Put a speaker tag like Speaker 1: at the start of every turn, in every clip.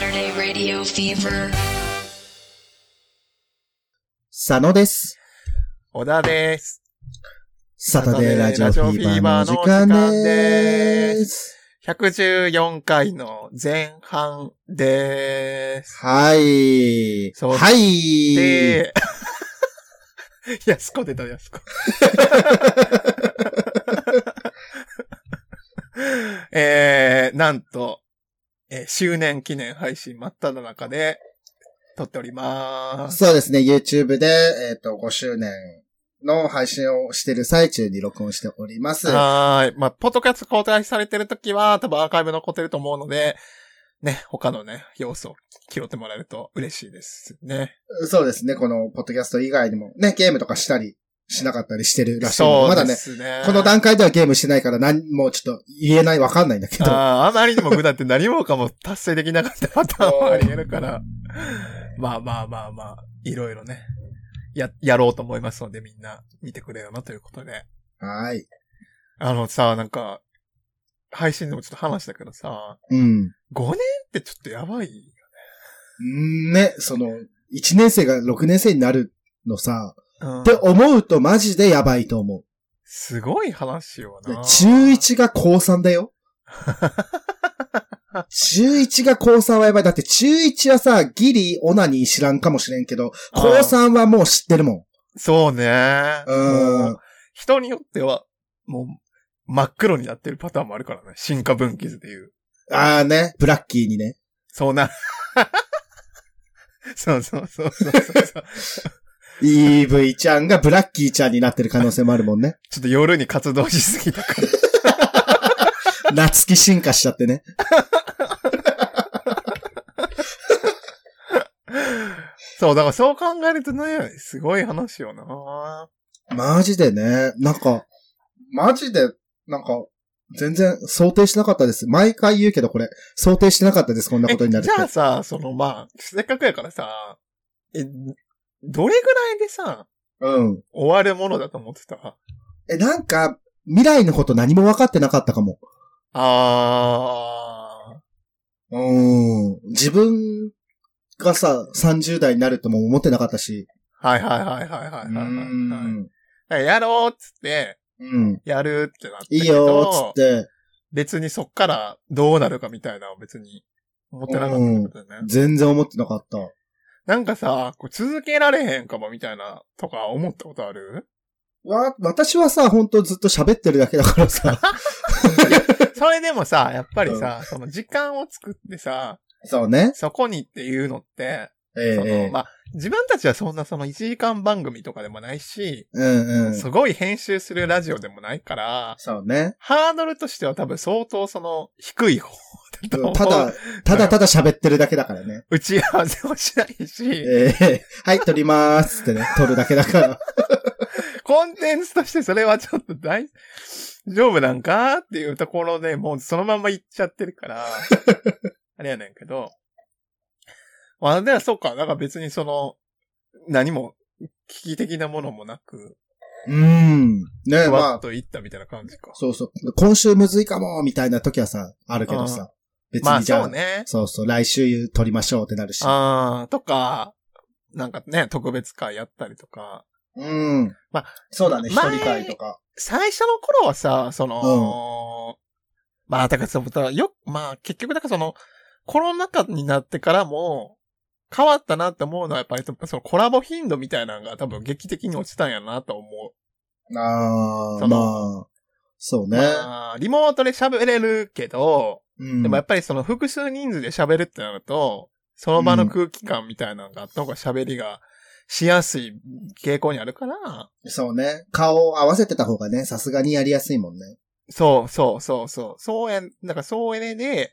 Speaker 1: Radio Fever.
Speaker 2: 佐野です。
Speaker 3: 小田です。
Speaker 2: サタデーラジオフィーバーの時間です。
Speaker 3: 114回の前半です。
Speaker 2: はい。
Speaker 3: そう
Speaker 2: はい。
Speaker 3: で、 安子出た、安子。 えー、なんと、えー周年記念配信真っ只中で撮っております。
Speaker 2: そうですね、YouTube で、えっ、と、5周年の配信をしている最中に録音しております。
Speaker 3: はーい。まあ、ポッドキャスト公開されてるときは、多分アーカイブ残ってると思うので、ね、他のね、要素を拾ってもらえると嬉しいですね。
Speaker 2: そうですね、この、ポッドキャスト以外にも、ね、ゲームとかしたり、しなかったりしてるらしいので。
Speaker 3: そ
Speaker 2: ま
Speaker 3: う
Speaker 2: だ
Speaker 3: で
Speaker 2: ね、
Speaker 3: すね。
Speaker 2: この段階ではゲームしてないから、なん、もうちょっと言えない、わかんないんだけど。
Speaker 3: ああ、あまりにも無駄って何もかも達成できなかったパターンもあり得るから。 まあまあまあまあ、いろいろね。や、やろうと思いますのでみんな見てくれよなということで。
Speaker 2: はい。
Speaker 3: あのさ、なんか、配信でもちょっと話したけどさ、
Speaker 2: うん。
Speaker 3: 5年ってちょっとやばい。
Speaker 2: ね、その、1年生が6年生になるのさ、
Speaker 3: うん
Speaker 2: って思うとマジでやばいと思
Speaker 3: すごい話よ
Speaker 2: う。で
Speaker 3: な。
Speaker 2: 中1が高3だ よ。中1が高3はやばい。だって中1はさ、ギリオナニー知らんかもしれんけど、
Speaker 3: あー
Speaker 2: 高3はもう知ってるも
Speaker 3: そうね。
Speaker 2: ん。う
Speaker 3: も
Speaker 2: ん
Speaker 3: う。人によっては、もう、真っ黒になってるパターンもあるからね。進化分岐図でいう。
Speaker 2: ああね、ブラッキーにね。
Speaker 3: そうな。 そうそうそうそうそうそう。
Speaker 2: イーブイちゃんがブラッキーちゃんになってる可能性もあるもん ね。
Speaker 3: ちょっと夜に活動しすぎたから。
Speaker 2: 夏木進化しちゃってね。
Speaker 3: そう、だからそう考えるとね、すごい話よな
Speaker 2: マジでね、なんか、マジで、なんか、全然想定しなかったです。毎回言うけどこれ、想定してなかったです、こんな
Speaker 3: え
Speaker 2: ことになる
Speaker 3: じゃあ
Speaker 2: と。
Speaker 3: さ、そのまあ、せっかくやからさ、え、どれぐらいでさ、
Speaker 2: うん。
Speaker 3: 終わるものだと思ってた
Speaker 2: え、なんか、未来のこと何も分かってなかったかも。
Speaker 3: あ
Speaker 2: うーん。自分がさ、30代になるとも思ってなかったし。
Speaker 3: ー。はいはいはいはいは
Speaker 2: う
Speaker 3: いはい、はい
Speaker 2: ん。
Speaker 3: だからやろうっつって、
Speaker 2: うん。
Speaker 3: やるってなって。
Speaker 2: いいよーっつって、
Speaker 3: 別にそっからどうなるかみたいなのは別に思ってなかったってことだよね。
Speaker 2: 全然思ってなかった。
Speaker 3: なんかさ、こう続けられへんかもみたいなとか思ったことある
Speaker 2: わ、私はさ、ほんとずっと喋ってるだけだから さ。
Speaker 3: それでもさ、やっぱりさ、その時間を作ってさ、
Speaker 2: そうね。
Speaker 3: そこにっていうのって、
Speaker 2: え
Speaker 3: そ
Speaker 2: ええ
Speaker 3: の
Speaker 2: え
Speaker 3: まあ、自分たちはそんなその1時間番組とかでもないし、
Speaker 2: うんうん。
Speaker 3: すごい編集するラジオでもないから、
Speaker 2: そうね。
Speaker 3: ハードルとしては多分相当その低い方だと思う。
Speaker 2: ただ、、ただただ喋ってるだけだからね。
Speaker 3: 打ち合わせもしないし、
Speaker 2: ええはい、撮りまーすってね、撮るだけだから。
Speaker 3: コンテンツとしてそれはちょっと大丈夫なんかっていうところでもうそのまんま行っちゃってる から、あれやねんけど。まあ、ではそうか。なんか別にその、何も危機的なものもなく、
Speaker 2: うーん。ね
Speaker 3: ふわ
Speaker 2: ま
Speaker 3: っ
Speaker 2: あ、
Speaker 3: と行ったみたいな感じか。
Speaker 2: そうそう。今週むずいかも、みたいな時はさ、あるけどさ。別
Speaker 3: まあ
Speaker 2: にじゃあ、
Speaker 3: そうね。
Speaker 2: そうそう、来週撮りましょうってなるし。
Speaker 3: ああ、とか、なんかね、特別会やったりとか。
Speaker 2: うん。
Speaker 3: まあ、
Speaker 2: そうだね、一
Speaker 3: 前
Speaker 2: 人会とか。
Speaker 3: 最初の頃はさ、その、まあ、だからその、よ、まあ、結局、だからその、コロナ禍になってからも、変わったなって思うのは、やっぱり、そのコラボ頻度みたいなのが多分劇的に落ちたんやなと思う。
Speaker 2: ああ、
Speaker 3: その
Speaker 2: まあ、そうね。
Speaker 3: まあ、リモートで喋れるけど、
Speaker 2: うん。
Speaker 3: でもやっぱりその複数人数で喋るってなると、その場の空気感みたいなのがあった方が喋りがしやすい傾向にあるから、
Speaker 2: そうね。顔を合わせてた方がね、さすがにやりやすいもんね。
Speaker 3: そうそうそうそう。そうやん、なんかそうやねで、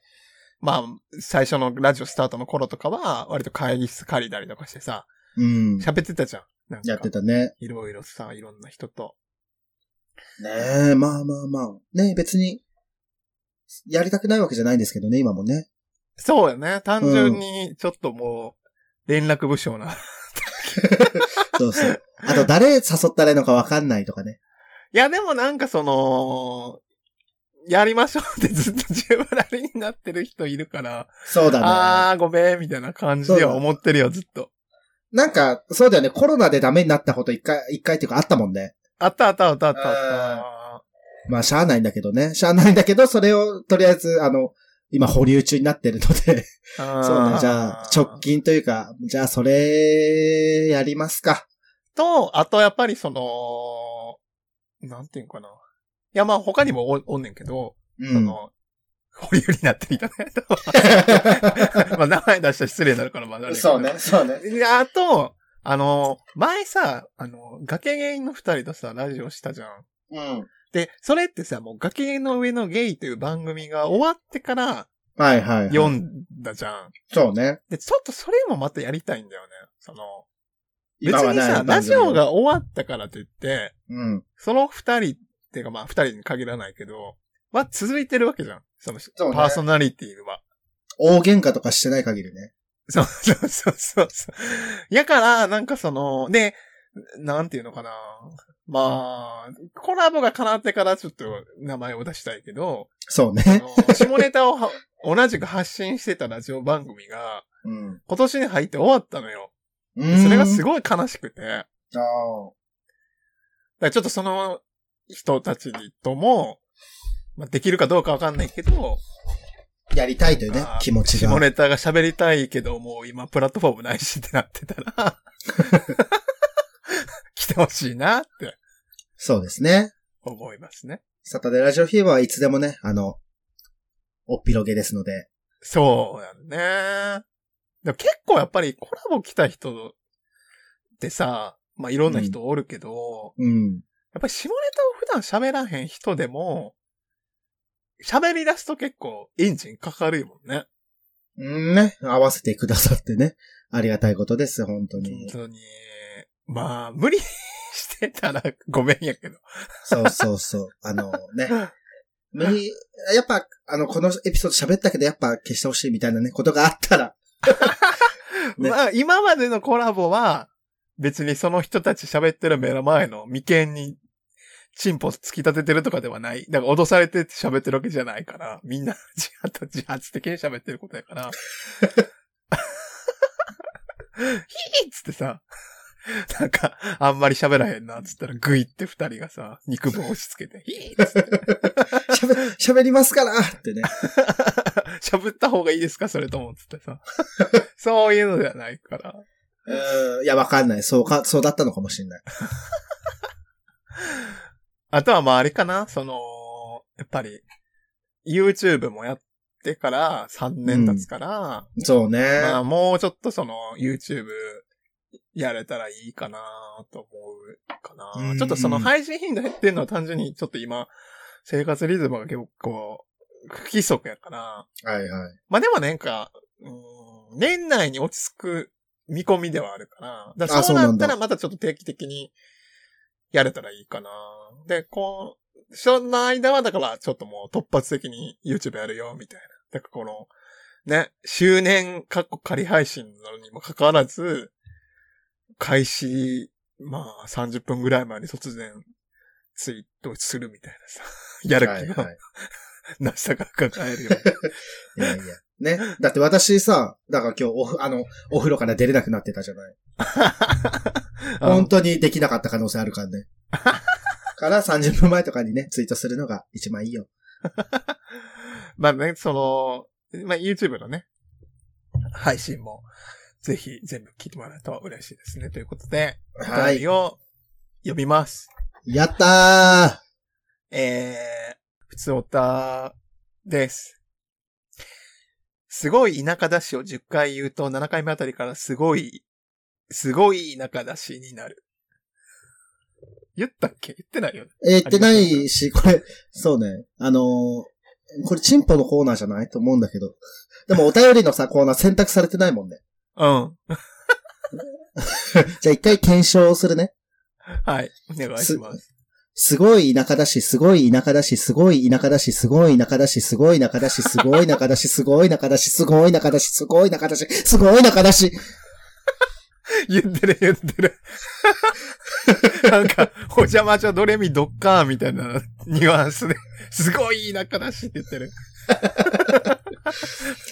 Speaker 3: まあ、最初のラジオスタートの頃とかは、割と会議室借りたりとかしてさ、
Speaker 2: うん。
Speaker 3: 喋ってたじゃん。なんか
Speaker 2: やってたね。
Speaker 3: いろいろさ、いろんな人と。
Speaker 2: ねえ、まあまあまあ。ねえ、別に、やりたくないわけじゃないんですけどね、今もね。
Speaker 3: そうよね。単純に、ちょっともう、連絡不詳な。い
Speaker 2: そうそう。あと、誰誘ったらいいのかわかんないとかね。
Speaker 3: や、でもなんかその、やりましょうってずっと宙ぶらりになってる人いるから、
Speaker 2: そうだね。
Speaker 3: あー、ごめん、みたいな感じでは思ってるよ、ずっと。
Speaker 2: なんか、そうだよね。コロナでダメになったこと一回、一回っていうかあったもんね。
Speaker 3: あったあったあったあったあっ
Speaker 2: まあ、しゃあないんだけどね。しゃあないんだけど、それを、とりあえず、あの、今保留中になってるので。
Speaker 3: た。
Speaker 2: そうね。
Speaker 3: ん
Speaker 2: じゃあ、直近というか、じゃあ、それ、やりますか。
Speaker 3: と、あとやっぱりその、なんていうんかな。いや、まあ他にもおおんねんけど、
Speaker 2: う
Speaker 3: そ
Speaker 2: ん。
Speaker 3: の、保留になっていたね。 まあ名前出したら失礼になるから、まだあれやけど
Speaker 2: そうね、。そうね。
Speaker 3: であと、あの、前さ、あの、崖芸人の二人とさ、ラジオしたじゃん。
Speaker 2: うん。
Speaker 3: で、それってさ、もう崖芸の上のゲイという番組が終わってから
Speaker 2: はいはい、はい。
Speaker 3: 読んだじゃん。
Speaker 2: そうね。
Speaker 3: で、ちょっとそれもまたやりたいんだよね。その、別
Speaker 2: 今は
Speaker 3: に
Speaker 2: ない
Speaker 3: さ、
Speaker 2: 番組
Speaker 3: ラジオが終わったからといって、
Speaker 2: うん。
Speaker 3: その二人っていうかまあ二人に限らないけど、は続いてるわけじゃん。その
Speaker 2: うね
Speaker 3: パーソナリティは。
Speaker 2: 大喧嘩とかしてない限りね。
Speaker 3: そうそうそうそうそう。やから、なんかその、で、なんていうのかな。まあ、コラボが叶ってからちょっと名前を出したいけど、
Speaker 2: そう
Speaker 3: あ
Speaker 2: ね。
Speaker 3: の下ネタをは 同じく発信してたラジオ番組が、
Speaker 2: うん。
Speaker 3: 今年に入って終わったのよ。
Speaker 2: うん
Speaker 3: それがす
Speaker 2: ごい。
Speaker 3: ごい悲しくて。だか
Speaker 2: あー
Speaker 3: らちょっとその人たちにとも、まあ、できるかどうかわかんないけど、
Speaker 2: やりたいというね
Speaker 3: あ、ー
Speaker 2: 気持ち
Speaker 3: 下
Speaker 2: が。
Speaker 3: ネタが喋りたいけど、もう今プラットフォームないしってなってたら、来てほしいなって
Speaker 2: そうですね。
Speaker 3: 思いますね。
Speaker 2: サタデーラジオフィーバーはいつでもね、あの、おっぴろげですので。
Speaker 3: そうやんね。でも結構やっぱりコラボ来た人ってさ、まあ、いろんな人おるけど、
Speaker 2: うん。
Speaker 3: やっぱり下ネタを普段喋らへん人でも、喋り出すと結構エンジンかかるもんね。
Speaker 2: うんね、合わせてくださってね。ありがたいことです、本当
Speaker 3: 本
Speaker 2: に。
Speaker 3: 当に。まあ、無理してたらごめんやけど。
Speaker 2: そうそう そう。あのね。無理、やっぱ、あの、このエピソード喋ったけど、やっぱ消してほしいみたいなね、ことがあったら。 ね
Speaker 3: まあ、今までのコラボは、別にその人たち喋ってる目の前の眉間に、チンポ突き立ててるとかではない。だから脅されて喋ってるわけじゃないから、みんな自発自発的に喋ってることやから。ヒーっつってさ、なんか、あんまり喋らへんな、つったら、グイって二人がさ、肉分押し付けて、ヒーっつって、
Speaker 2: 喋、喋りますからってね。
Speaker 3: 喋った方がいいですかそれとも、つってさ。そういうのではないから。
Speaker 2: うん。いや、わかんない。そうか、そうだったのかもしれない。
Speaker 3: あとはまああれかな、その、やっぱり、YouTube もやってから3年経つから、
Speaker 2: そうね。
Speaker 3: まあもうちょっとその YouTube やれたらいいかなと思うかな、
Speaker 2: うん
Speaker 3: ちょっとその配信頻度減ってるのは単純にちょっと今、生活リズムが結構不規則やから、
Speaker 2: はいはい。
Speaker 3: まあでもなんか、うん年内に落ち着く見込みではあるから、だから
Speaker 2: あ
Speaker 3: そ
Speaker 2: そうう
Speaker 3: な
Speaker 2: な
Speaker 3: っ
Speaker 2: ん
Speaker 3: た
Speaker 2: だ
Speaker 3: らまたちょっと定期的にやれたらいいかな。で、こう、その間はだからちょっともう突発的に YouTube やるよ、みたいな。だからこの、ね、周年、過去仮配信なのにもかかわらず、開始、まあ30分ぐらい前に突然ツイートするみたいなさ、やる気
Speaker 2: はい
Speaker 3: の
Speaker 2: はい。
Speaker 3: なさが抱えるよ うない
Speaker 2: やいや。ね。だって私さ、だから今日おふ、あの、お風呂から出れなくなってたじゃない。
Speaker 3: あの
Speaker 2: 本当にできなかった可能性あるからね。から30分前とかにね、ツイートするのが一番いいよ。
Speaker 3: まあね、その、まあ YouTube のね、配信も、ぜひ全部聞いてもらうと嬉しいですね。ということで、
Speaker 2: はい
Speaker 3: お便りを読みます。
Speaker 2: やった
Speaker 3: えー、普通おたです。すごい田舎だしを10回言うと、7回目あたりからすごい、すごい田舎だしになる。言ったっけ言ってないよね。
Speaker 2: ーえー、言ってないし、これ、そうね。あのーこれチンポのコーナーじゃないと思うんだけど。でもお便りのさ、コーナー選択されてないもんね。
Speaker 3: うん。
Speaker 2: じゃあ一回検証するね。
Speaker 3: はい。お願いします。
Speaker 2: すごい田舎だし、すごい田舎だし、すごい田舎だし、すごい田舎だし、すごい田舎だし、すごい田舎だし、すごい田舎だし、すごい田舎だし、すごい田舎だし、すごい田舎だし。
Speaker 3: 言ってる言ってる。なんか、お邪魔ちょドレミドッカーンみたいなニュアンスで、すごい田舎だしって言ってる。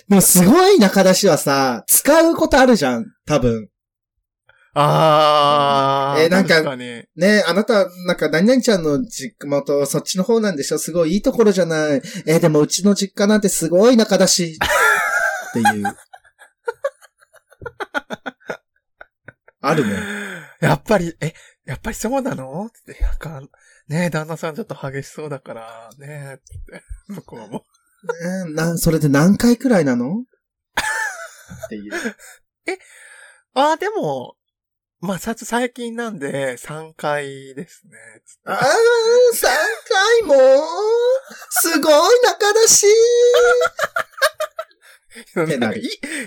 Speaker 2: もうすごい中出しはさ、使うことあるじゃん、多分。
Speaker 3: あー。
Speaker 2: えーなんか
Speaker 3: 確かに。
Speaker 2: ねあなた、なんか、何々ちゃんの実家とそっちの方なんでしょすごいいいところじゃない。えーでもうちの実家なんてすごい中出し。っていう。あるもん。
Speaker 3: やっぱり、え、やっぱりそうなのって、なんか、ねえ、旦那さんちょっと激しそうだから、ねえ、つって、向こうも。
Speaker 2: えーな、それで何回くらいなのっていう。
Speaker 3: ああ、でも、まあ、さつ、最近なんで、3回ですね。つって
Speaker 2: あー、三回もすごい中出し
Speaker 3: なんか、い、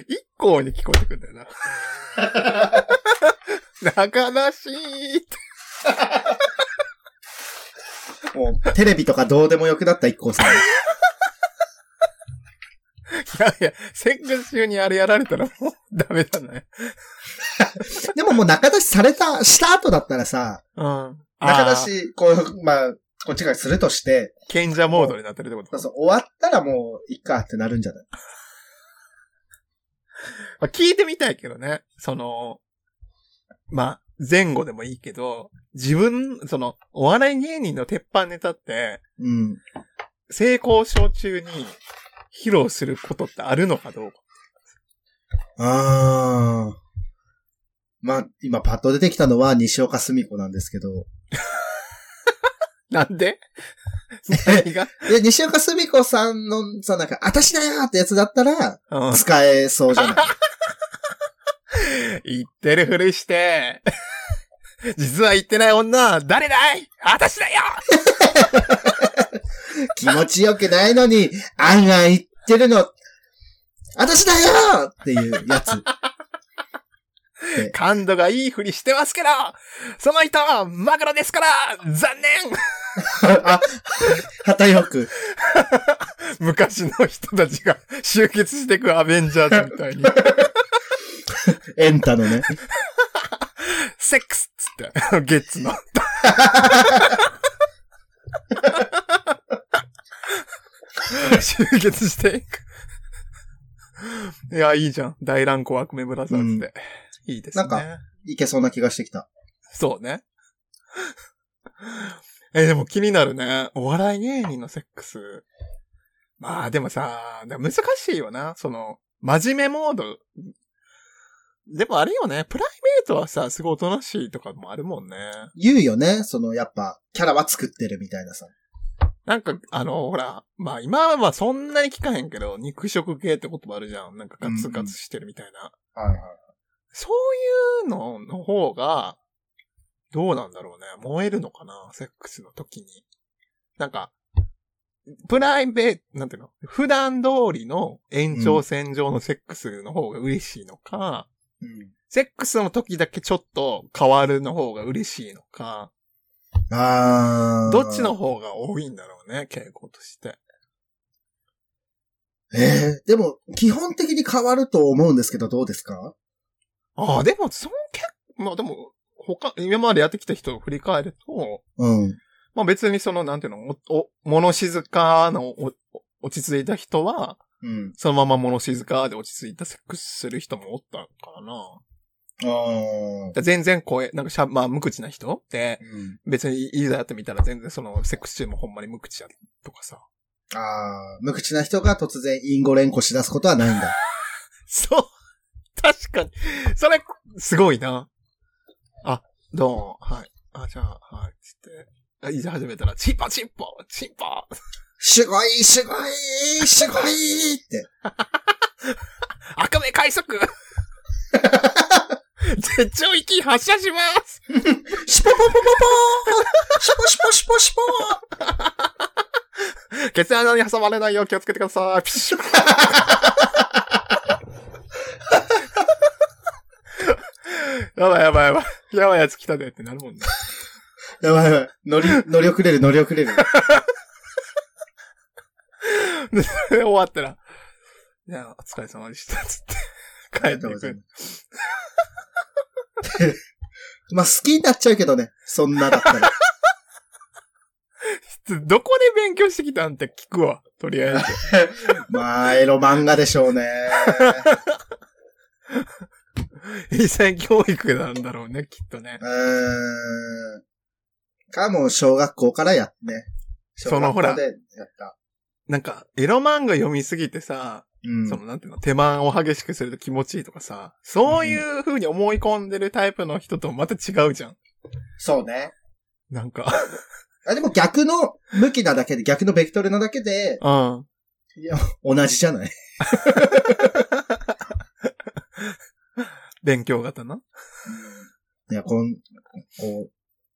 Speaker 3: 一行に聞こえてくんだよな。 中なしーって
Speaker 2: もう、テレビとかどうでもよくなった一行さん。
Speaker 3: いやいや、セックス中にあれやられたらもうダメだね。
Speaker 2: でももう中出しされた、した後だったらさ、
Speaker 3: うん。
Speaker 2: 中
Speaker 3: し。
Speaker 2: 出し、こう、まあ、こっちがするとして、
Speaker 3: 賢者モードになってるってこ
Speaker 2: そ
Speaker 3: と
Speaker 2: うそう終わったらもう、いっかってなるんじゃない
Speaker 3: まあ、聞いてみたいけどね。その、まあ、前後でもいいけど、自分、その、お笑い芸人の鉄板ネタって、
Speaker 2: うん。
Speaker 3: 成功症中に披露することってあるのかどうか。
Speaker 2: あー。まあ、今パッと出てきたのは西岡澄子なんですけど、
Speaker 3: なん で何が、
Speaker 2: で、西岡澄子さんの、さ、なんか、私だよーってやつだったら、
Speaker 3: うん、
Speaker 2: 使えそうじゃない
Speaker 3: 言ってるふりして、 実は言ってない女、誰だい私だよ
Speaker 2: 気持ちよくないのに、あんあん言ってるの、私だよーっていうやつ。
Speaker 3: 感度がいいふりしてますけど、その人、マグロですから、残念
Speaker 2: あ、旗よく。
Speaker 3: 昔の人たちが集結してくアベンジャーズ みたいに、
Speaker 2: エンタのね。
Speaker 3: セックスっつって、ゲッツの。集結していく。いや、いいじゃん。大乱小悪目ブラザーズで。いいですね。
Speaker 2: なんかいけそうな気がしてきた。
Speaker 3: そうね。 え、でも気になるね。お笑い芸人のセックス。まあでもさ、でも難しいよな。その、真面目モード。でもあれよね、プライベートはさ、すごいおとなしいとかもあるもんね。
Speaker 2: 言うよね。その、やっぱ、キャラは作ってるみたいなさ。
Speaker 3: なんか、あの、ほら、まあ今はまあそんなに聞かへんけど、肉食系って言葉あるじゃん。なんかガツガツしてるみたいな。
Speaker 2: はいはい。
Speaker 3: そういうのの方が、どうなんだろうね。燃えるのかなセックスの時に。なんか、プライベート、なんていうの普段通りの延長線上のセックスの方が嬉しいのか、
Speaker 2: う
Speaker 3: セックスの時だけちょっと変わるの方が嬉しいのか、
Speaker 2: ん。あー
Speaker 3: どっちの方が多いんだろうね、傾向として。
Speaker 2: えーでも、基本的に変わると思うんですけど、どうですか
Speaker 3: ああ、でも、その結まあでも、他、今までやってきた人を振り返ると、
Speaker 2: うん。
Speaker 3: まあ別にその、なんていうの、お、お、物静かのお、お落ち着いた人は、
Speaker 2: うん。
Speaker 3: そのまま物静かで落ち着いたセックスする人もおったからな。
Speaker 2: あ
Speaker 3: だ全然声、なんかしゃ、まあ無口な人って、
Speaker 2: うん。
Speaker 3: 別にいざやってみたら全然その、セックス中もほんまに無口やとかさ。
Speaker 2: ああ、無口な人が突然インゴ連呼し出すことはないん だ。
Speaker 3: そう確かにそれ、すごいな。あ、どうも、はい。あ、じゃあ、はい、つって。あいざ始めたら、チンポチンポチンポ
Speaker 2: すごい、すごい、すごいって。
Speaker 3: 赤目快速絶頂域発射します
Speaker 2: シュポポポポポーシュポシュポシュポシュポ
Speaker 3: 血ツ穴に挟まれないよう気をつけてください。ピシュッやばいやばいやばい。やばいやつ来たでってなるもんね。
Speaker 2: ーやばいやばい。乗り、乗り遅れる、乗り遅れる。
Speaker 3: で、終わったら、いや、お疲れ様でした、つって。帰
Speaker 2: ありが
Speaker 3: って
Speaker 2: とう
Speaker 3: い
Speaker 2: ござい
Speaker 3: く。
Speaker 2: ます。まあ、好きになっちゃうけどね。そんなだったら。
Speaker 3: どこで勉強してきたんって聞くわ、とりあえ ず。
Speaker 2: まあ、エロ漫画でしょうね。
Speaker 3: 英才教育なんだろうね、きっとね
Speaker 2: う。ーん。かも、小学校からやっね。
Speaker 3: そのほら
Speaker 2: 小学校でやった。
Speaker 3: なんか、エロ漫画読みすぎてさ、
Speaker 2: うん。
Speaker 3: そのなんていうの、手間を激しくすると気持ちいいとかさ、そういう風に思い込んでるタイプの人とまた違うじゃん。
Speaker 2: そうね。
Speaker 3: なんか、
Speaker 2: あ、でも逆の向きなだけで、逆のベクトルなだけで、
Speaker 3: うん。
Speaker 2: 同じじゃない
Speaker 3: 勉強型な。
Speaker 2: いや、こん、こう、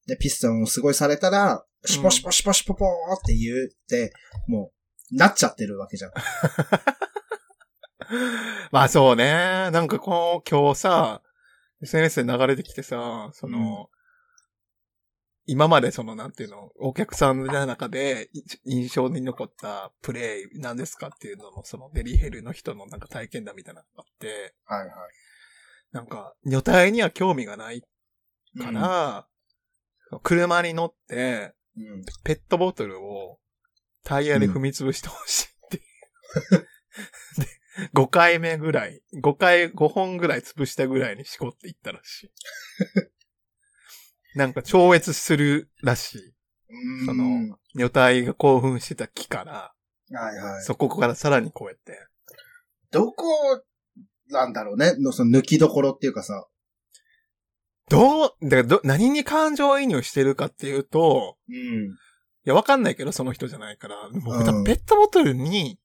Speaker 2: で、ピストンをすごいされたら、シュポシュポシュポシュポポーって言うって、もう、なっちゃってるわけ じゃん。
Speaker 3: まあそうね。なんかこう、今日さ、SNS で流れてきてさ、その、今までその、なんていうの、お客さんの中でい印象に残ったプレイなんですかっていうのの、そのデリヘルの人のなんか体験談みたいなのがあって、
Speaker 2: はいは
Speaker 3: なんか、女体には興味がない
Speaker 2: い。
Speaker 3: から、車に乗って、
Speaker 2: うん、うん。
Speaker 3: ペットボトルをタイヤで踏み潰してほしいって いう。で5回目ぐらい、5回、5本ぐらい潰したぐらいにしこっていったらし い。なんか超越するらしい。
Speaker 2: うん
Speaker 3: その、女体が興奮してた木から、
Speaker 2: はいはい。
Speaker 3: そこからさらに超えて。
Speaker 2: どこなんだろうねの、その抜きどころっていうかさ。
Speaker 3: どう、だからど、何に感情移入してるかっていうと、
Speaker 2: うん。
Speaker 3: いや、わかんないけど、その人じゃないから。僕、
Speaker 2: うん
Speaker 3: 多分ペットボトルに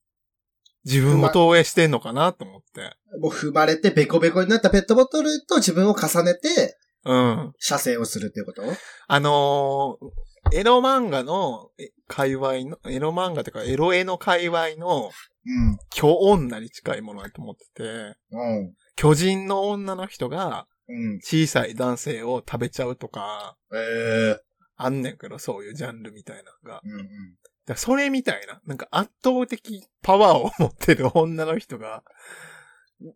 Speaker 3: 自分を投影してんのかなと思って。
Speaker 2: もう踏まれてベコベコになったペットボトルと自分を重ねて、
Speaker 3: うん。
Speaker 2: 射精をするっていうこと
Speaker 3: あのーエロ漫画の、え界隈の、エロ漫画とか、エロ絵の界隈の、
Speaker 2: うん。
Speaker 3: 巨女に近いものだと思ってて、
Speaker 2: うん。
Speaker 3: 巨人の女の人が
Speaker 2: うん。
Speaker 3: 小さい男性を食べちゃうとか、
Speaker 2: ええ
Speaker 3: あんねんけど、そういうジャンルみたいなのが。
Speaker 2: うんうん。
Speaker 3: だからそれみたいな、なんか圧倒的パワーを持ってる女の人が、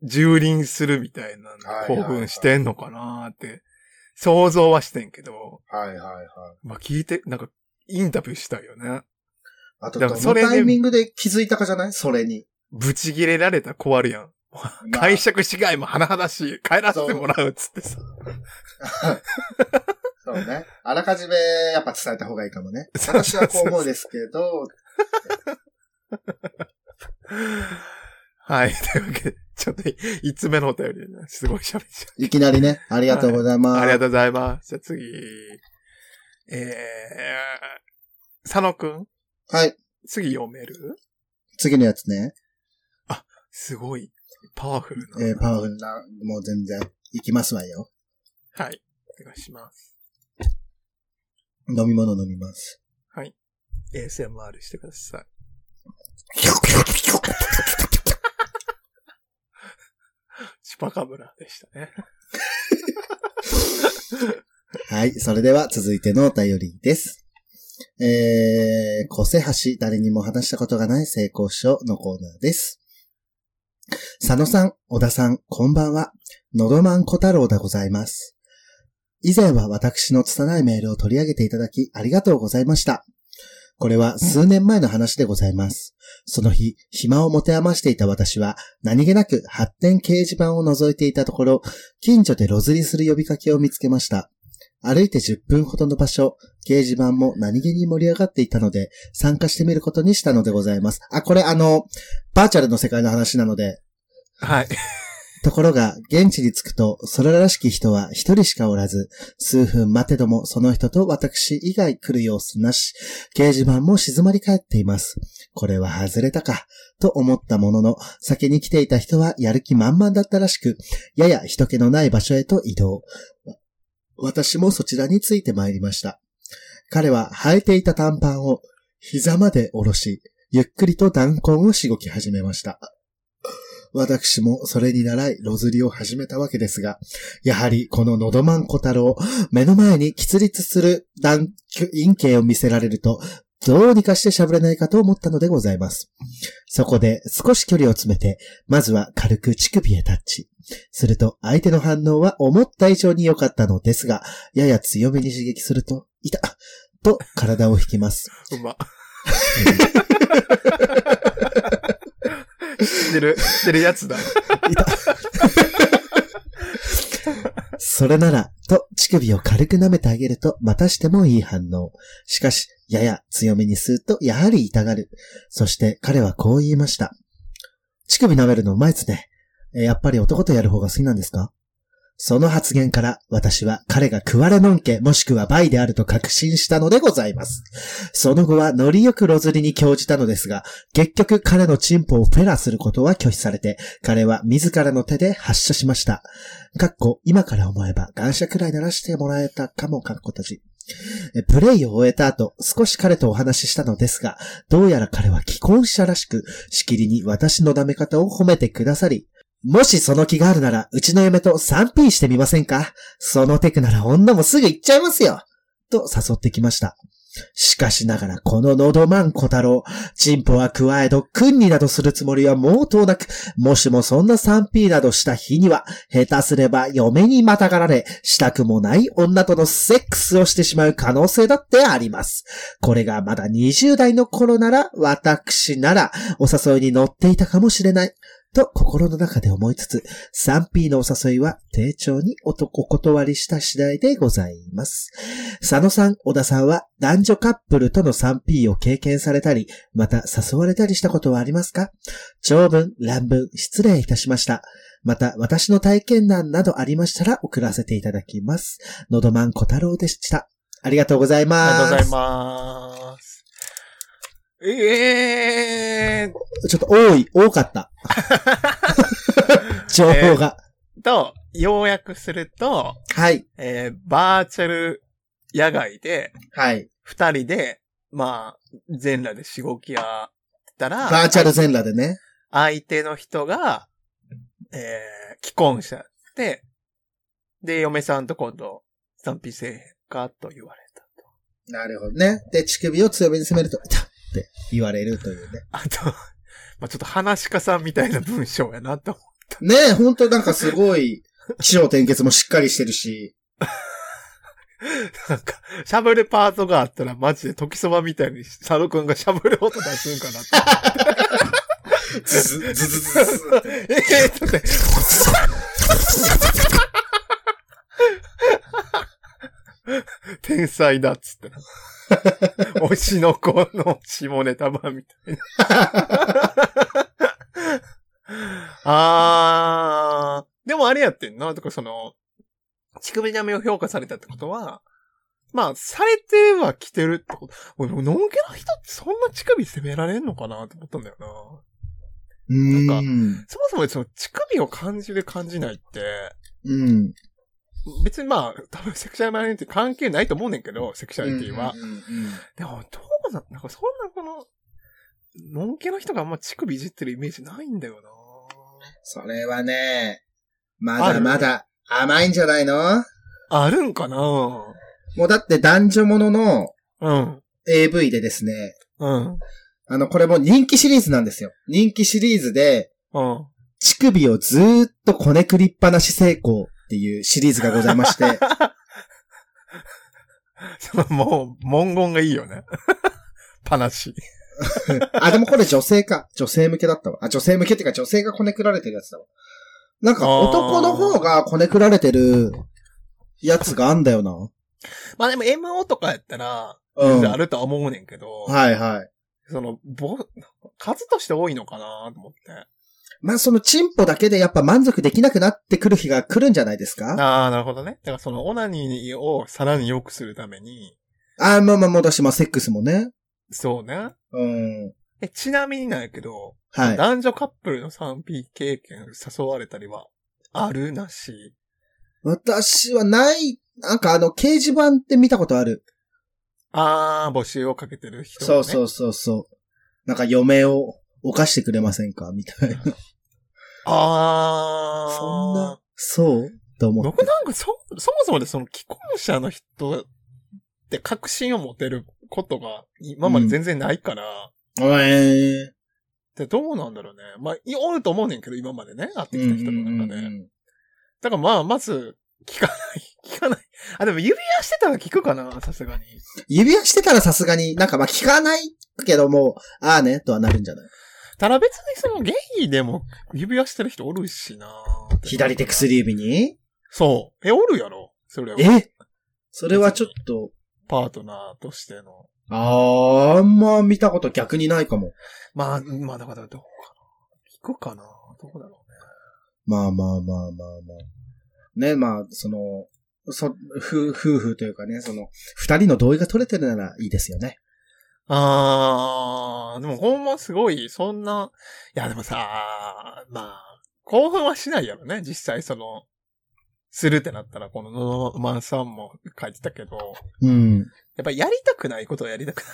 Speaker 3: 蹂躙するみたいな
Speaker 2: はい、はい
Speaker 3: 興奮してんのかなーって、想像はしてんけど、
Speaker 2: はいはいはい。
Speaker 3: まあ聞いて、なんか、インタビューしたいよね。
Speaker 2: あと、ど
Speaker 3: だから
Speaker 2: の
Speaker 3: それで
Speaker 2: タイミングで気づいたかじゃないそれに。
Speaker 3: ブチ切れられたら困るやん。
Speaker 2: まあ
Speaker 3: 解釈違いも甚だしい。帰らせてもらうっつってさ。
Speaker 2: そうね。あらかじめ、やっぱ伝えた方がいいかもね。私はこう思うんですけど、
Speaker 3: はい。というわけで、ちょっと、5つ目のお便りでね、すごい喋っちゃう。
Speaker 2: いきなりね、ありがとうございます。
Speaker 3: ありがとうございます。じゃあ次。えー、佐野くん
Speaker 2: はい。
Speaker 3: 次読める
Speaker 2: 次のやつね。
Speaker 3: すごい、パワフルな。
Speaker 2: えー、パワフルな、もう全然、いきますわよ。
Speaker 3: はい。お願いします。
Speaker 2: 飲み物飲みます。
Speaker 3: ASMR してください。チュパカブラでしたね。
Speaker 2: はい。それでは続いてのお便りです。えー、小瀬橋、誰にも話したことがない成功書のコーナーです。佐野さん、小田さん、こんばんは。のどまん小太郎でございます。以前は私の拙いメールを取り上げていただき、ありがとうございました。これは数年前の話でございます。その日、暇を持て余していた私は、何気なく発展掲示板を覗いていたところ、近所でロズリする呼びかけを見つけました。歩いて10分ほどの場所、掲示板も何気に盛り上がっていたので、参加してみることにしたのでございます。あ、これあの、バーチャルの世界の話なので、
Speaker 3: はい。
Speaker 2: ところが、現地に着くと、それらしき人は一人しかおらず、数分待てどもその人と私以外来る様子なし、掲示板も静まり返っています。これは外れたか、と思ったものの、先に来ていた人はやる気満々だったらしく、やや人気のない場所へと移動。わ私もそちらについて参りました。彼は履いていた短パンを膝まで下ろし、ゆっくりと弾痕をしごき始めました。私もそれに習い、ロズリを始めたわけですが、やはりこののどまんこ太郎、目の前に喫立する断陰形を見せられると、どうにかしてしゃぶれないかと思ったのでございます。そこで少し距離を詰めて、まずは軽く乳首へタッチ。すると相手の反応は思った以上に良かったのですが、やや強めに刺激すると、いたと体を引きます。
Speaker 3: うま。知ってる、知ってるやつだ。
Speaker 2: それなら、と乳首を軽く舐めてあげると、またしてもいい反応。しかし、やや強めに吸うと、やはり痛がる。そして彼はこう言いました。乳首舐めるのうまいっすね。えーやっぱり男とやる方が好きなんですかその発言から、私は彼が食われのんけ、もしくはバイであると確信したのでございます。その後はノリよくロズリに興じたのですが、結局彼のチンポをフェラすることは拒否されて、彼は自らの手で発射しました。かっこ、今から思えば、感謝くらいならしてもらえたかも、かっこたち。えプレイを終えた後、少し彼とお話ししたのですが、どうやら彼は既婚者らしく、しきりに私の舐め方を褒めてくださり、もしその気があるなら、うちの嫁と 3P してみませんかそのテクなら女もすぐ行っちゃいますよと誘ってきました。しかしながらこののどまん小太郎、チンポは加えど、君になどするつもりは毛頭なく、もしもそんな 3P などした日には、下手すれば嫁にまたがられ、したくもない女とのセックスをしてしまう可能性だってあります。これがまだ20代の頃なら、私なら、お誘いに乗っていたかもしれない。と心の中で思いつつ、3P のお誘いは丁重におとお断りした次第でございます。佐野さん、小田さんは男女カップルとの 3P を経験されたり、また誘われたりしたことはありますか長文、乱文、失礼いたしました。また、私の体験談などありましたら送らせていただきます。のどまん小太郎でした。ありがとうござい
Speaker 3: あ
Speaker 2: ます。
Speaker 3: りがとうございます。えー
Speaker 2: す。ちょっと多い、多かった。 情報が。
Speaker 3: っと、要約すると、
Speaker 2: はい。
Speaker 3: えーバーチャル野外で、
Speaker 2: はい。
Speaker 3: 二人で、まあ、全裸でしごき合ってたら、
Speaker 2: バーチャル全裸でね。
Speaker 3: 相手の人が、えー、既婚者で、で、嫁さんと今度、賛否せえへんかと言われたと。
Speaker 2: なるほどね。で、乳首を強めに攻めると、痛っって言われるというね。
Speaker 3: あと、まあ、ちょっと話し家さんみたいな文章やなと。
Speaker 2: ねえ、ほんとなんかすごい、気象転結もしっかりしてるし。
Speaker 3: なんか、しゃぶるパートがあったらマジで時そばみたいに佐野くんがしゃぶる音出すんかなって。
Speaker 2: ズズズズズズ
Speaker 3: ええー、だって。天才だっつってな。推しの子の下ネタ版みたいな。あー。でもあれやってんな、とかその、乳首舐めを評価されたってことは、まあ、されては来てるってこと。俺、のんけの人ってそんな乳首責められんのかなと思ったんだよな。
Speaker 2: うーん。
Speaker 3: そもそもその乳首を感じる感じないって、
Speaker 2: うん。
Speaker 3: 別にまあ、多分セクシャルマイノリティ関係ないと思うねんけど、セクシャリティは。
Speaker 2: うんうんうんうん
Speaker 3: でも、どうなん、なんかそんなこの、のんけの人があんま乳首いじってるイメージないんだよな
Speaker 2: それはね、ま
Speaker 3: あ
Speaker 2: だ
Speaker 3: る
Speaker 2: まだ甘いんじゃないの
Speaker 3: あるんかな
Speaker 2: もうだって男女ものの
Speaker 3: うん。
Speaker 2: AV でですね、
Speaker 3: うん。
Speaker 2: あの、これも人気シリーズなんですよ。人気シリーズで、
Speaker 3: うん。
Speaker 2: 乳首をずーっとこねくりっぱなし成功っていうシリーズがございま して、
Speaker 3: そのもう、文言がいいよね。話。
Speaker 2: あ、でもこれ女性か。女性向けだったわ。あ、女性向けっていうか女性がこねくられてるやつだわ。なんか
Speaker 3: あー
Speaker 2: 男の方がこねくられてるやつがあんだよな。
Speaker 3: まあでも MO とかやったら、
Speaker 2: うん。
Speaker 3: 全然あ
Speaker 2: は
Speaker 3: るとは思うねんけど、
Speaker 2: いはい。
Speaker 3: その、ぼ、数として多いのかなと思って。
Speaker 2: まあそのチンポだけでやっぱ満足できなくなってくる日が来るんじゃないですか
Speaker 3: ああ、なるほどね。だからそのオナニーをさらに良くするために、
Speaker 2: あーまあまあまあだし、まあセックスもね。
Speaker 3: そうね。
Speaker 2: うん。
Speaker 3: え、ちなみになんやけど、
Speaker 2: はい。
Speaker 3: 男女カップルの 3P 経験誘われたりは、あるなし。
Speaker 2: 私はない、なんかあの掲示板って見たことある。
Speaker 3: ああ、募集をかけてる人、ね。。
Speaker 2: そうそううそうそう。なんか嫁を犯してくれませんかみたいな。
Speaker 3: ああ。
Speaker 2: そんな。、そうと思って
Speaker 3: 僕。なんかそ、そもそもでその既婚者の人って確信を持てることが今まで全然ないから、
Speaker 2: ええ
Speaker 3: でどうなんだろうね。まあ、いおると思うねんけど、今までね、会ってきた人の中
Speaker 2: うんうんうん
Speaker 3: で。
Speaker 2: うん
Speaker 3: だからまあ、まず、聞かない、聞かない。 あ、でも指輪してたら聞くかなさすがに。
Speaker 2: 指輪してたらさすがに、なんかまあ聞かないけども、ああね、とはなるんじゃない
Speaker 3: ただ別にそのゲイでも指輪してる人おるしな
Speaker 2: 左手薬指に
Speaker 3: そう。え、おるやろそれは。
Speaker 2: えそれはちょっと、
Speaker 3: パートナーとしての。
Speaker 2: あーあんま見たこと逆にないかも。
Speaker 3: まあ、まあ、だからどうかな。聞くかなどうだろうね。
Speaker 2: まあまあまあまあまあ。ね、まあ、その、そ、夫夫婦というかね、その、二人の同意が取れてるならいいですよね。
Speaker 3: あー、でもほんますごい、そんな、いやでもさ、まあ、興奮はしないやろね、実際その、するってなったら、このノノマンさんも書いてたけど、
Speaker 2: うん。
Speaker 3: やっぱりやりたくないことはやりたくない。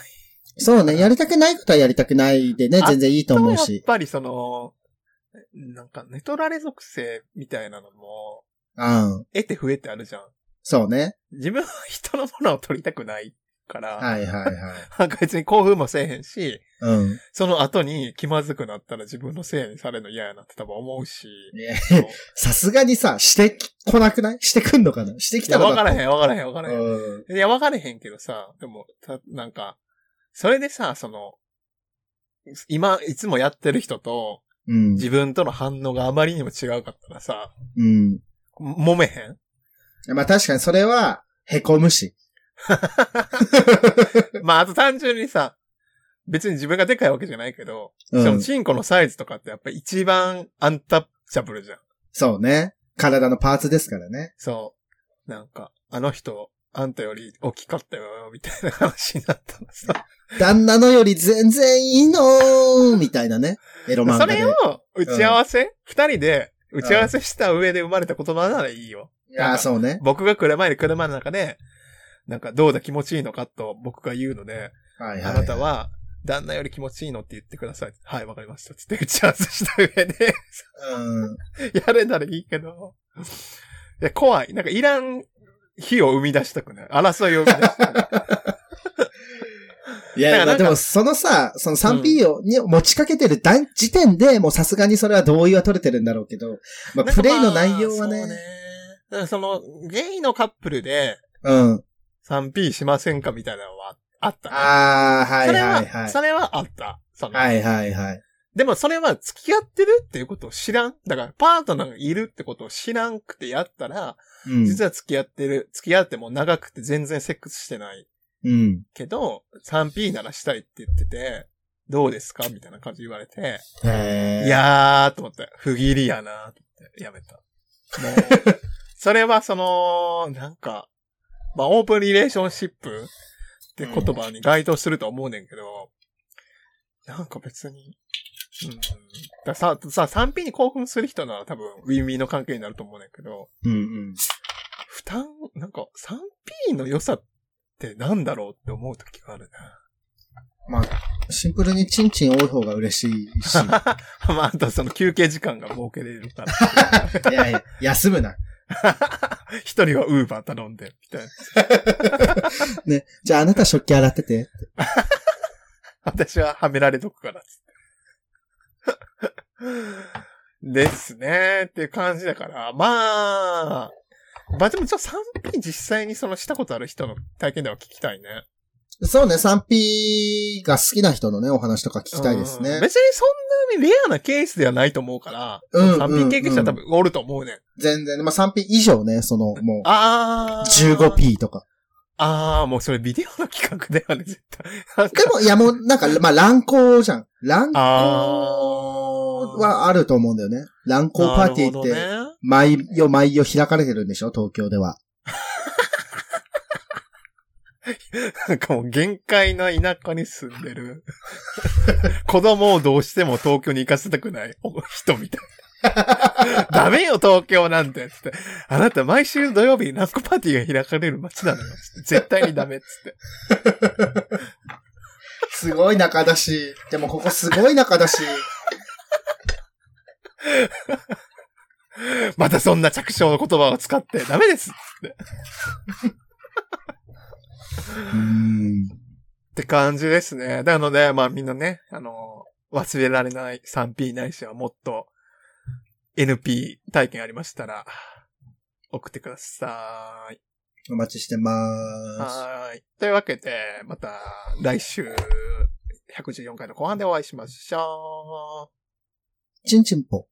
Speaker 2: そうね、やりたくないことはやりたくないでね、
Speaker 3: あ
Speaker 2: 全然いいと思う
Speaker 3: やっ
Speaker 2: し。
Speaker 3: ぱりその、なんか、ネトラレ属性みたいなのも、
Speaker 2: うん。
Speaker 3: 得て増えてあるじゃん。
Speaker 2: そうね。
Speaker 3: 自分は人のものを取りたくないから、
Speaker 2: はいはいはい。
Speaker 3: なんか別に興奮もせえへんし、
Speaker 2: うん。
Speaker 3: その後に気まずくなったら自分のせいにされるの嫌やなって多分思うし。
Speaker 2: ね
Speaker 3: そう
Speaker 2: さすがにさ、してき、来なくないしてくんのかなしてき
Speaker 3: い
Speaker 2: た
Speaker 3: や、
Speaker 2: の
Speaker 3: わ
Speaker 2: か
Speaker 3: からへ
Speaker 2: ん。
Speaker 3: ん、わからへん、わからへん。
Speaker 2: うん。
Speaker 3: いや、わからへんけどさ、でも、た、なんか、それでさ、その、今、いつもやってる人と、
Speaker 2: うん。
Speaker 3: 自分との反応があまりにも違うかったらさ、
Speaker 2: うん。
Speaker 3: も揉めへん
Speaker 2: まあ確かにそれは、へこむし。
Speaker 3: まあ、あと単純にさ、別に自分がでかいわけじゃないけど、
Speaker 2: う
Speaker 3: その
Speaker 2: ん。
Speaker 3: チンコのサイズとかってやっぱ一番アンタッチャブルじゃん。
Speaker 2: そうね。体のパーツですからね。
Speaker 3: そう。なんか、あの人、あんたより大きかったよ、みたいな話になったらさ。
Speaker 2: 旦那のより全然いいのーみたいなね。エロ漫
Speaker 3: そ
Speaker 2: 画で。
Speaker 3: れを、打ち合わせ二、人で、打ち合わせした上で生まれた言葉ならいいよ。
Speaker 2: ああ、そうね。
Speaker 3: 僕が車より車の中で、なんか、どうだ気持ちいいのかと僕が言うので、
Speaker 2: はい
Speaker 3: あ
Speaker 2: はい。
Speaker 3: なたは、旦那より気持ちいいのって言ってください。はい、わかりました。つって打ち合わせした上で、
Speaker 2: うん。
Speaker 3: やれならいいけど。いや、怖い。なんか、いらん火を生み出したくない。争いを生み出したくない。
Speaker 2: いやい
Speaker 3: だからな
Speaker 2: や、
Speaker 3: んか
Speaker 2: でもそのさ、その 3P を、に持ちかけてる段時点で、もうさすがにそれは同意は取れてるんだろうけど、まあ、
Speaker 3: なん か
Speaker 2: プ
Speaker 3: まあ
Speaker 2: レイの内容はね、
Speaker 3: そうだからその、ゲイのカップルで
Speaker 2: うん。
Speaker 3: 3P しませんかみたいなのはあったね、
Speaker 2: ああ、はい
Speaker 3: それ
Speaker 2: は
Speaker 3: は、
Speaker 2: いはい。
Speaker 3: それはあった。その
Speaker 2: はいはいはい。
Speaker 3: でもそれは付き合ってるっていうことを知らん。だからパートナーがいるってことを知らんくてやったら、
Speaker 2: うん。
Speaker 3: 実は付き合ってる、付き合っても長くて全然セックスしてない
Speaker 2: うん。
Speaker 3: けど、3P ならしたいって言ってて、どうですかみたいな感じで言われて、
Speaker 2: へえ。
Speaker 3: い、やーと思って、不義理やなーと思って、やめた。もう、 それはその、なんか、まあ、オープンリレーションシップって言葉に該当するとは思うねんけど、なんか別に、うん。ださ、さ、3P に興奮する人なら多分、ウィンウィンの関係になると思うねんけど、
Speaker 2: うんうん。
Speaker 3: 負担、なんか 3P の良さってなんだろうって思う時がある
Speaker 2: まあ、シンプルにチンチン多い方が嬉しい し。
Speaker 3: な。まあ、あとその休憩時間が設けれるから。
Speaker 2: いやいや、休むな。
Speaker 3: 一人はウーバー頼んで、みたいな。
Speaker 2: ね。じゃああなた食器洗ってて。
Speaker 3: 私ははめられとくから、つって。 ですね、っていう感じだから、まあ、まあでもちょっと 3P 実際にそのしたことある人の体験では聞きたいね。
Speaker 2: そうね、3P が好きな人のね、お話とか聞きたいです
Speaker 3: う
Speaker 2: ね
Speaker 3: ん。別にそんなにレアなケースではないと思うから、
Speaker 2: うんうんうん
Speaker 3: 3P 経験者は多分おると思うねん。
Speaker 2: 全然ね、まあ 3P 以上ね、その、もう、
Speaker 3: あー。。
Speaker 2: 15P とか。
Speaker 3: あー、もうそれビデオの企画だよね、絶対。なんか
Speaker 2: でも、いやもう、なんか、まあ乱行じゃん。乱行
Speaker 3: あー。
Speaker 2: はあると思うんだよね。乱行パーティーっ
Speaker 3: な
Speaker 2: て、
Speaker 3: るほどね
Speaker 2: 毎夜毎夜開かれてるんでしょ東京では。
Speaker 3: なんかもう限界の田舎に住んでる。 子供をどうしても東京に行かせたくない人みたいな。 ダメよ、東京なんて。つって。あなた、毎週土曜日にナックパーティーが開かれる街なのよ。つって絶対にダメ。つって。
Speaker 2: すごい中だし。でもここすごい中だし。
Speaker 3: またそんな着床の言葉を使って、ダメです。っ
Speaker 2: うん。
Speaker 3: て感じですね。なので、まあみんなね、あの、忘れられない 3P ないしはもっと NP 体験ありましたら、送ってください。
Speaker 2: お待ちしてます。
Speaker 3: はーい。というわけで、また来週、114回の後半でお会いしましょう。
Speaker 2: ちんちんぽ。